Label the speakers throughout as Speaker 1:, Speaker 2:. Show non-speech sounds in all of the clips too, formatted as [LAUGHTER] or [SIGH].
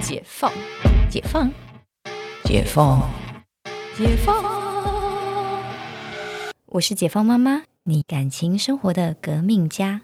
Speaker 1: 解放，解放，解放，解放。
Speaker 2: 我是解放妈妈，你感情生活的革命家。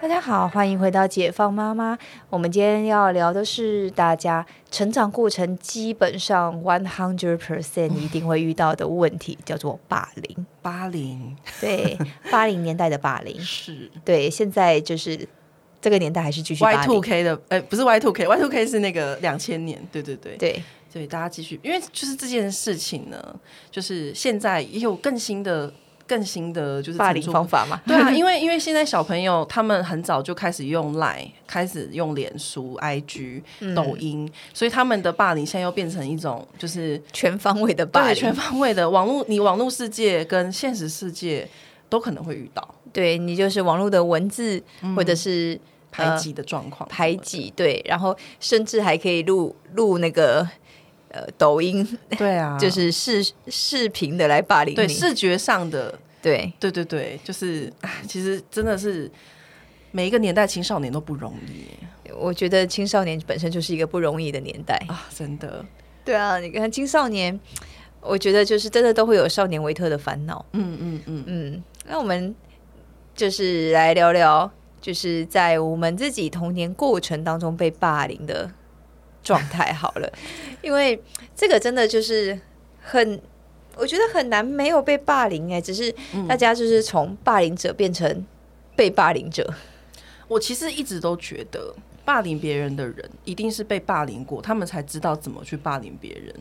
Speaker 1: 大家好，欢迎回到解放妈妈。我们今天要聊的是大家成长过程基本上 one hundred percent 一定会遇到的问题，叫做霸凌。
Speaker 3: 八零
Speaker 1: 对，八零年代的霸凌，
Speaker 3: 是
Speaker 1: 对，现在就是这个年代还是继续霸
Speaker 3: Y
Speaker 1: 凌
Speaker 3: two。K 的，哎、不是 Y two K，Y two K 是那个两千年，对对对
Speaker 1: 对，
Speaker 3: 对，大家继续，因为就是这件事情呢，就是现在也有更新的、更新的，就是
Speaker 1: 霸
Speaker 3: 惩
Speaker 1: 凌
Speaker 3: 处
Speaker 1: 方法嘛，
Speaker 3: [LAUGHS] 对啊，因为因为现在小朋友他们很早就开始用 Line，开始用脸书、IG、抖音，所以他们的霸凌现在又变成一种就是
Speaker 1: 全方位的霸
Speaker 3: 对
Speaker 1: 凌，
Speaker 3: 全方位的网络，你网络世界跟现实世界都可能会遇到
Speaker 1: 对你就是网络的文字、
Speaker 3: 嗯
Speaker 1: 或者是
Speaker 3: 呃排挤的状况、
Speaker 1: 排挤，对，然后甚至还可以录录那个呃抖音，
Speaker 3: 对 [LAUGHS] 啊，
Speaker 1: 就是视视频的来霸凌你，
Speaker 3: 对视觉上的，
Speaker 1: 对
Speaker 3: 对对对，就是唉其实真的是每一个年代青少年都不容易
Speaker 1: 我觉得青少年本身就是一个不容易的年代，
Speaker 3: 啊，真的，
Speaker 1: 对啊，你看青少年，我觉得就是真的都会有少年维特的烦恼，
Speaker 3: 嗯嗯嗯，
Speaker 1: 嗯，那我们就是来聊聊，就是在我们自己童年过程当中被霸凌的状态好
Speaker 3: [LAUGHS]
Speaker 1: 了，因为这个真的就是很，我觉得很难没有被霸凌哎、只是
Speaker 3: 嗯
Speaker 1: 大家就是从霸凌者变成被霸凌者，
Speaker 3: 我其实一直都觉得，霸凌别人的人一定是被霸凌过，他们才知道怎么去霸凌别人。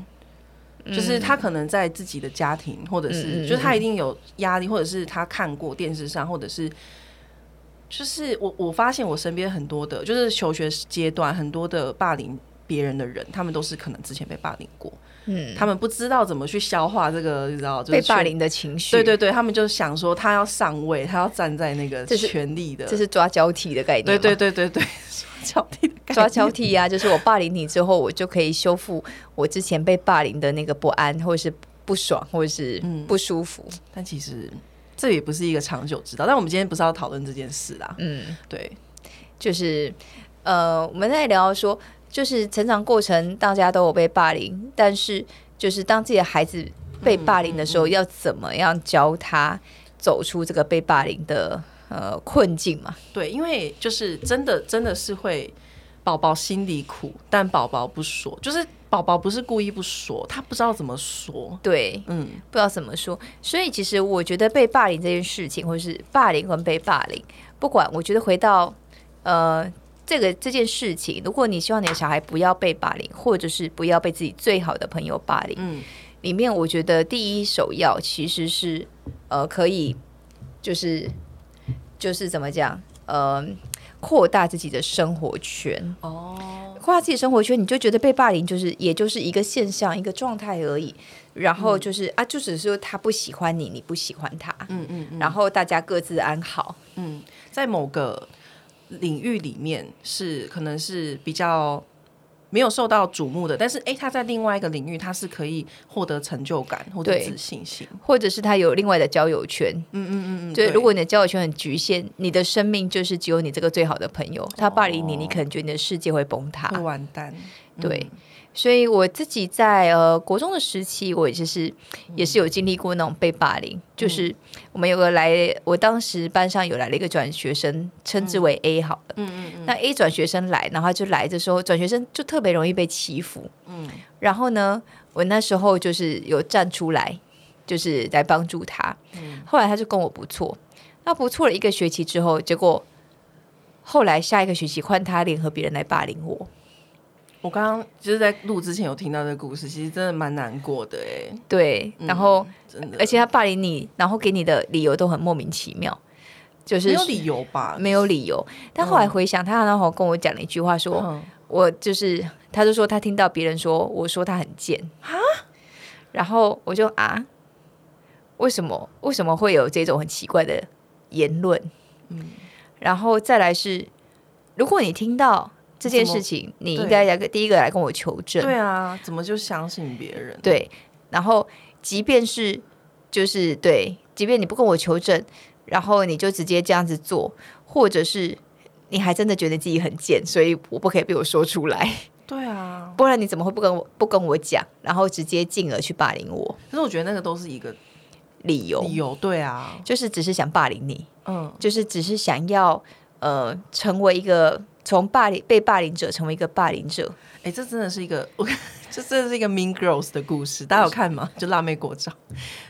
Speaker 3: 就是他可能在自己的家庭，或者
Speaker 1: 嗯嗯嗯
Speaker 3: 是
Speaker 1: 嗯
Speaker 3: 就是他一定有压力，或者是他看过电视上，或者是就是我我发现我身边很多的，就是求学阶段很多的霸凌别人的人，他们都是可能之前被霸凌过，
Speaker 1: 嗯，
Speaker 3: 他们不知道怎么去消化这个，你知道，就是
Speaker 1: 被霸
Speaker 3: 权。
Speaker 1: 凌的情绪，
Speaker 3: 对对对，他们就想说他要上位，他要站在那个
Speaker 1: 这是
Speaker 3: 权力的，
Speaker 1: 这是抓交替的概念，
Speaker 3: 对对。
Speaker 1: [LAUGHS]
Speaker 3: 对对对，抓交替的概
Speaker 1: 抓
Speaker 3: 念
Speaker 1: 交替啊，就是我霸凌你之后，我就可以修复我之前被霸凌的那个不安，或者是不爽，或者是
Speaker 3: 嗯
Speaker 1: 不舒服。
Speaker 3: 但其实这也不是一个长久之道。但我们今天不是要讨论这件事啦，
Speaker 1: 嗯，
Speaker 3: 对，
Speaker 1: 就是呃，我们在聊说，就是成长过程大家都有被霸凌，但是就是当自己的孩子被霸凌的时候，要怎么样教他走出这个被霸凌的呃困境嘛？
Speaker 3: 对，因为就是真的真的是会，宝宝心里苦，但宝宝不说，就是宝宝不是故意不说，他不知道怎么说。
Speaker 1: 对，
Speaker 3: 嗯，
Speaker 1: 不知道怎么说。所以其实我觉得被霸凌这件事情，或是霸凌跟被霸凌，不管我觉得回到呃这个这件事情，如果你希望你的小孩不要被霸凌，或者是不要被自己最好的朋友霸凌，
Speaker 3: 嗯，
Speaker 1: 里面我觉得第一首要其实是呃可以就是就是怎么讲呃。扩大自己的生活圈，
Speaker 3: 哦，
Speaker 1: 扩大自己的生活圈，你就觉得被霸凌就是也就是一个现象、一个状态而已。然后就是、啊，就只是说他不喜欢你，你不喜欢他，
Speaker 3: 嗯嗯嗯
Speaker 1: 然后大家各自安好。
Speaker 3: 嗯，在某个领域里面是可能是比较。没有受到瞩目的，但是诶，他在另外一个领域，他是可以获得成就感或者
Speaker 1: 对
Speaker 3: 自信心。
Speaker 1: 或者是他有另外的交友圈，
Speaker 3: 嗯嗯嗯嗯，
Speaker 1: 就是
Speaker 3: 对
Speaker 1: 如果你的交友圈很局限，你的生命就是只有你这个最好的朋友，他霸凌你，你可能觉得你的世界会崩塌。
Speaker 3: 会完蛋，
Speaker 1: 对，所以我自己在呃国中的时期，我也就是也是有经历过那种被霸凌，
Speaker 3: 嗯
Speaker 1: 就是我们有个来，我当时班上有来了一个转学生，称之为 A 好了，
Speaker 3: 嗯嗯嗯。
Speaker 1: 那 A 转学生来，然后他就来的时候，转学生就特别容易被欺负，
Speaker 3: 嗯
Speaker 1: 然后呢，我那时候就是有站出来，就是来帮助他，
Speaker 3: 嗯
Speaker 1: 后来他就跟我不错，那不错了一个学期之后，结果后来下一个学期换他联合别人来霸凌我。
Speaker 3: 我刚刚就是在录之前有听到这个故事，其实真的蛮难过的哎、
Speaker 1: 对，
Speaker 3: 嗯
Speaker 1: 然后、
Speaker 3: 真的，
Speaker 1: 而且他霸凌你，然后给你的理由都很莫名其妙，就是
Speaker 3: 没有理由吧？
Speaker 1: 没有理由。但后来回想，他然后跟我讲了一句话说，
Speaker 3: 嗯
Speaker 1: 我就是，他就说他听到别人说我说他很贱啊，然后我就啊，为什么为什么会有这种很奇怪的言论？
Speaker 3: 嗯
Speaker 1: 然后再来是，如果你听到这件事情，你应该来个第一个来跟我求证，
Speaker 3: 对啊，怎么就相信别人？
Speaker 1: 对，然后即便是就是对，即便你不跟我求证，然后你就直接这样子做，或者是你还真的觉得自己很贱，所以我不可以被我说出来， [LAUGHS]
Speaker 3: 对啊，
Speaker 1: 不然你怎么会不跟我不跟我讲，然后直接进而去霸凌我？
Speaker 3: 可是我觉得那个都是一个
Speaker 1: 理由
Speaker 3: 理由，对啊，
Speaker 1: 就是只是想霸凌你，
Speaker 3: 嗯，
Speaker 1: 就是只是想要呃成为一个从霸凌被霸凌者成为一个霸凌者，
Speaker 3: 哎、这真的是一个，我这真的是一个 Mean Girls 的故事，大家有看吗？就辣妹国照，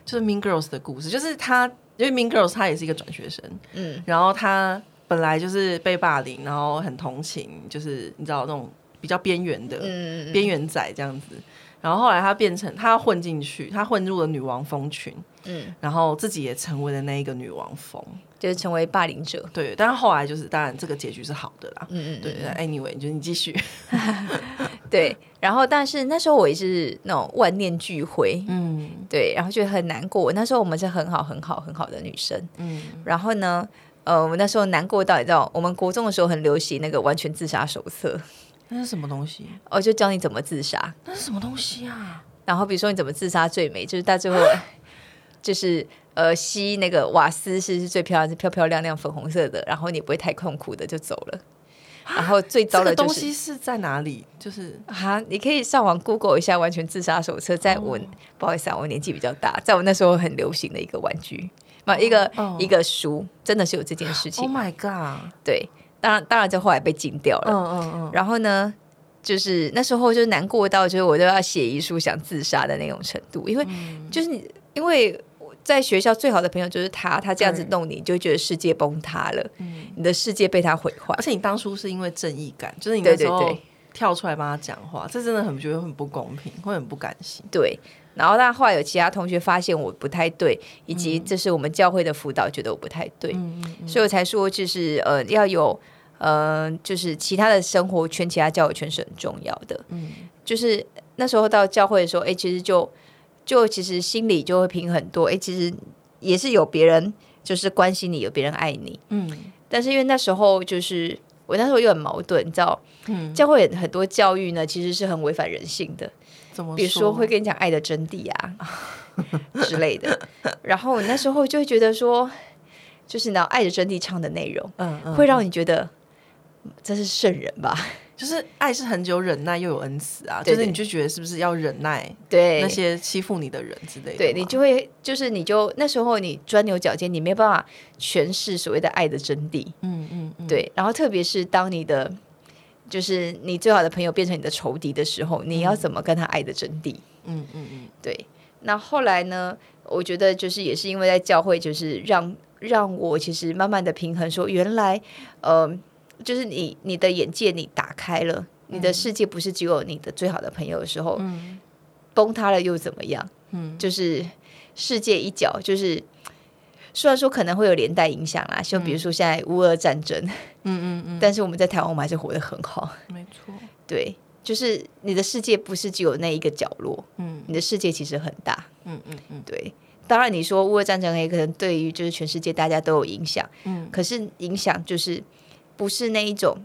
Speaker 3: 就是 Mean Girls 的故事，就是她，因为 Mean Girls 她也是一个转学生，
Speaker 1: 嗯，
Speaker 3: 然后她本来就是被霸凌，然后很同情，就是你知道那种比较边缘的，
Speaker 1: 嗯
Speaker 3: 边缘仔这样子。然后后来他变成他混进去，他混入了女王蜂群，
Speaker 1: 嗯，
Speaker 3: 然后自己也成为了那一个女王蜂。
Speaker 1: 就是成为霸凌者，
Speaker 3: 对，但是后来就是当然这个结局是好的啦。
Speaker 1: 嗯嗯，
Speaker 3: 对对，anyway，就是你继续，
Speaker 1: 对。然后，但是那时候我也是那种万念俱灰，
Speaker 3: [LAUGHS] 嗯
Speaker 1: 对，然后就很难过。那时候我们是很好、很好、很好的女生，
Speaker 3: 嗯，
Speaker 1: 然后呢，呃，我那时候难过到你知道，我们国中的时候很流行那个完全自杀手册，
Speaker 3: 那是什么东西？
Speaker 1: 哦，就教你怎么自杀。
Speaker 3: 那是什么东西啊？
Speaker 1: 然后比如说你怎么自杀最美，就是到最后就是呃吸那个瓦斯是是最漂亮、是漂漂亮亮粉红色的，然后你不会太痛苦的就走了。然后最
Speaker 3: 这
Speaker 1: 糟
Speaker 3: 个
Speaker 1: 的
Speaker 3: 东
Speaker 1: 就是
Speaker 3: 西是在哪里？就是
Speaker 1: 啊，你可以上网 Google 一下《完全自杀手册》。在
Speaker 3: 哦
Speaker 1: 我、不好意思啊，我年纪比较大，在我那时候很流行的一个玩具，嘛，一个、
Speaker 3: 哦
Speaker 1: 一个书，真的是有这件事情。
Speaker 3: Oh my god！
Speaker 1: 对，当然，当然，这后来被禁掉了。
Speaker 3: 嗯嗯嗯，
Speaker 1: 然后呢，就是那时候就难过到，就是我都要写遗书想自杀的那种程度，因为、
Speaker 3: 嗯
Speaker 1: 就是你，因为我在学校最好的朋友就是他，他这样子
Speaker 3: 对
Speaker 1: 弄你，你就会觉得世界崩塌了，
Speaker 3: 嗯
Speaker 1: 你的世界被他毁坏
Speaker 3: 而。且你当初是因为正义感，就是你
Speaker 1: 对
Speaker 3: 那时
Speaker 1: 对
Speaker 3: 候
Speaker 1: 对
Speaker 3: 跳出来帮他讲话，这真的很觉得很不公平，会很不甘心。
Speaker 1: 对，然后但后来有其他同学发现我不太对，以及这是我们教会的辅导觉得我不太对，
Speaker 3: 嗯嗯
Speaker 1: 所以我才说就是呃要有呃就是其他的生活圈、其他交友圈是很重要的。
Speaker 3: 嗯
Speaker 1: 就是那时候到教会的时候，哎，其实就就其实心里就会平衡多，哎，其实也是有别人就是关心你，有别人爱你，
Speaker 3: 嗯
Speaker 1: 但是因为那时候就是。我那时候又很矛盾，你知道，
Speaker 3: 嗯，
Speaker 1: 教会很多教育呢，其实是很违反人性的。
Speaker 3: 怎么？
Speaker 1: 比如说会跟你讲爱的真谛 [LAUGHS] 啊之类的。然后我那时候就会觉得说，就是你知道爱的真谛唱的内容，
Speaker 3: 嗯嗯，
Speaker 1: 会让你觉得嗯这是圣人吧？ [LAUGHS]
Speaker 3: 就是爱是很久忍耐又有恩慈啊，
Speaker 1: 对
Speaker 3: 就是
Speaker 1: 对
Speaker 3: 你就觉得是不是要忍耐
Speaker 1: 对
Speaker 3: 那，些欺负你的人之类的嘛，
Speaker 1: 对你就会就是你就那时候你钻牛角尖，你没有办法诠释所谓的爱的真谛。
Speaker 3: 嗯嗯嗯，
Speaker 1: 对，然后特别是当你的。就是你最好的朋友变成你的仇敌的时候，你要怎么跟他爱的真谛？
Speaker 3: 嗯嗯嗯，
Speaker 1: 对，那后来呢？我觉得就是也是因为在教会，就是让让我其实慢慢的平衡说，原来呃，就是你你的眼界你打开了，你
Speaker 3: 嗯
Speaker 1: 的世界不是只有你的最好的朋友的时候，崩塌了又怎么样？嗯，就是世界一角，就是虽然说可能会有连带影响啦，就
Speaker 3: 嗯
Speaker 1: 比如说现在乌俄战争，嗯嗯嗯，但是我们在台湾我们还是活得很好，
Speaker 3: 没错，
Speaker 1: [LAUGHS] 对，就是你的世界不是只有那一个角落，
Speaker 3: 嗯
Speaker 1: 你的世界其实很大，
Speaker 3: 嗯嗯嗯，
Speaker 1: 对，当然你说乌俄战争也可能对于就是全世界大家都有影响，
Speaker 3: 嗯，
Speaker 1: 可是影响就是不是那一种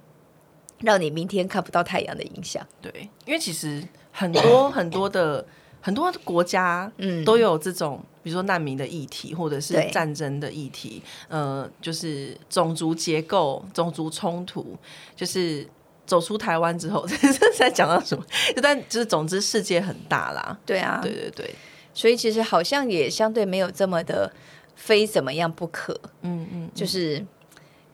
Speaker 1: 让你明天看不到太阳的影响，
Speaker 3: 对，因为其实很多很多的很多国家
Speaker 1: 嗯，
Speaker 3: 都有这种，比如说难民的议题，或者是
Speaker 1: 对
Speaker 3: 战争的议题，呃，就是种族结构、种族冲突，就是走出台湾之后，这 [LAUGHS] 是在讲到什么？就但就是总之世界很大啦，
Speaker 1: 对啊，
Speaker 3: 对对对，
Speaker 1: 所以其实好像也相对没有这么的非怎么样不可，
Speaker 3: 嗯嗯，
Speaker 1: 就是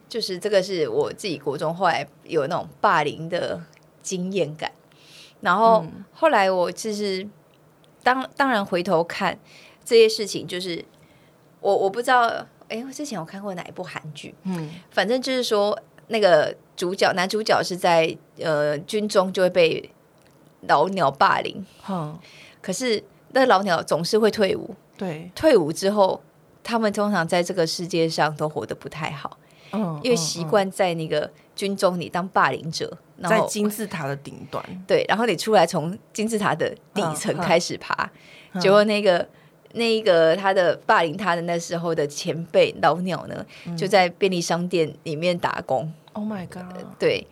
Speaker 1: 就是这个是我自己国中后来有那种霸凌的经验感，然后
Speaker 3: 嗯
Speaker 1: 后来我就是当当然回头看这些事情，就是我我不知道，哎，我之前有看过哪一部韩剧，
Speaker 3: 嗯，
Speaker 1: 反正就是说那个主角男主角是在呃军中就会被老鸟霸凌，
Speaker 3: 哼，
Speaker 1: 可是那老鸟总是会退伍，
Speaker 3: 对，
Speaker 1: 退伍之后。他们通常在这个世界上都活得不太好，
Speaker 3: 嗯，
Speaker 1: 因为习惯在那个军中你当霸凌者，
Speaker 3: 嗯嗯
Speaker 1: 然
Speaker 3: 在
Speaker 1: 后
Speaker 3: 金字塔的顶端，
Speaker 1: 对，然后你出来从金字塔的底层
Speaker 3: 嗯嗯
Speaker 1: 开始爬，
Speaker 3: 嗯
Speaker 1: 结果那个那一个他的霸凌他的那时候的前辈老鸟呢，
Speaker 3: 嗯
Speaker 1: 就在便利商店里面打工，
Speaker 3: Oh my god！
Speaker 1: 对，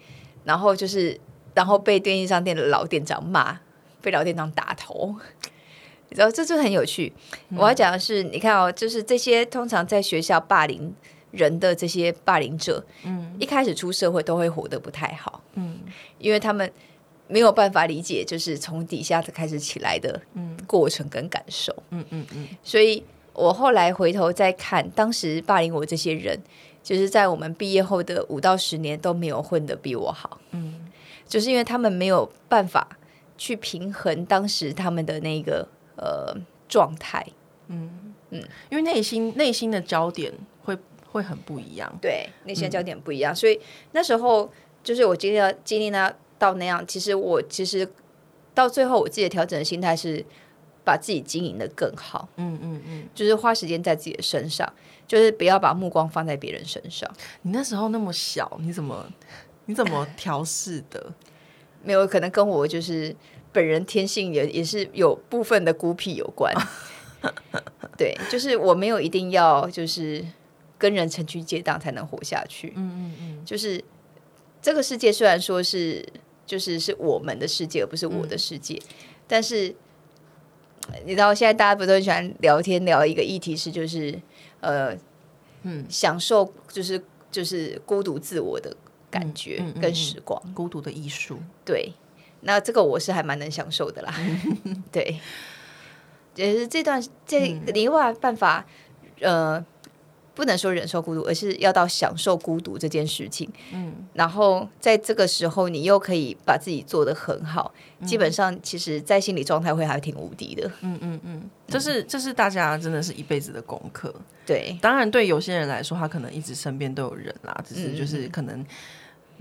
Speaker 1: 然后就是然后被便利商店的老店长骂，被老店长打头， [LAUGHS] 你知道，这就很有趣。
Speaker 3: 嗯
Speaker 1: 我要讲的是，你看哦，就是这些通常在学校霸凌人的这些霸凌者，嗯，一开始出社会都会活得不太好，
Speaker 3: 嗯
Speaker 1: 因为他们没有办法理解，就是从底下开始起来的
Speaker 3: 嗯
Speaker 1: 过程跟感受。
Speaker 3: 嗯嗯嗯
Speaker 1: 所以我后来回头再看，当时霸凌我这些人，就是在我们毕业后的五到十年都没有混得比我好，
Speaker 3: 嗯
Speaker 1: 就是因为他们没有办法去平衡当时他们的那个呃状态。
Speaker 3: 嗯嗯，因为内心内心的焦点会会很不一样。
Speaker 1: 对，那些焦点不一样，所以那时候就是我经历到经历到到那样，其实我其实到最后我自己的调整的心态是把自己经营的更好，
Speaker 3: 嗯嗯嗯，
Speaker 1: 就是花时间在自己的身上，就是不要把目光放在别人身上。
Speaker 3: 你那时候那么小，你怎么你怎么调试
Speaker 1: [LAUGHS]
Speaker 3: 的？
Speaker 1: 没有，可能跟我就是本人天性也也是有部分的孤僻有
Speaker 3: [LAUGHS]
Speaker 1: 关。对，就是我没有一定要就是跟人成群结党才能活下去。
Speaker 3: 嗯嗯嗯
Speaker 1: 就是这个世界虽然说是就是是我们的世界，而不是我的世界，
Speaker 3: 嗯
Speaker 1: 但是呃你知道现在大家不都很喜欢聊天聊一个议题是就是呃
Speaker 3: 嗯，
Speaker 1: 享受就是就是孤独自我的感觉
Speaker 3: 嗯嗯嗯
Speaker 1: 跟
Speaker 3: 嗯
Speaker 1: 时光。
Speaker 3: 孤独的艺术。
Speaker 1: 对，那这个我是还蛮能享受的啦。对，也是这段这另外办法，呃，不能说忍受孤独，而是要到享受孤独这件事情。
Speaker 3: 嗯，
Speaker 1: 然后在这个时候，你又可以把自己做得很好，基本上其实，在心理状态会还挺无敌的。
Speaker 3: 嗯嗯嗯，这是这是大家真的是一辈子的功课。
Speaker 1: 对，
Speaker 3: 当然，对有些人来说，他可能一直身边都有人啦，只
Speaker 1: 嗯
Speaker 3: 是就是可能。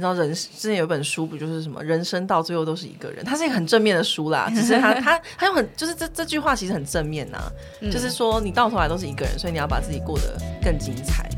Speaker 3: 你知道人之前有一本书，不就是什么人生到最后都是一个人？它是一个很正面的
Speaker 1: [LAUGHS]
Speaker 3: 书啦，只是它它它又很就是这这
Speaker 1: 嗯
Speaker 3: 句话其实很正面呐、就是说你到头来都是一个人，所以你要把自己过得更精彩。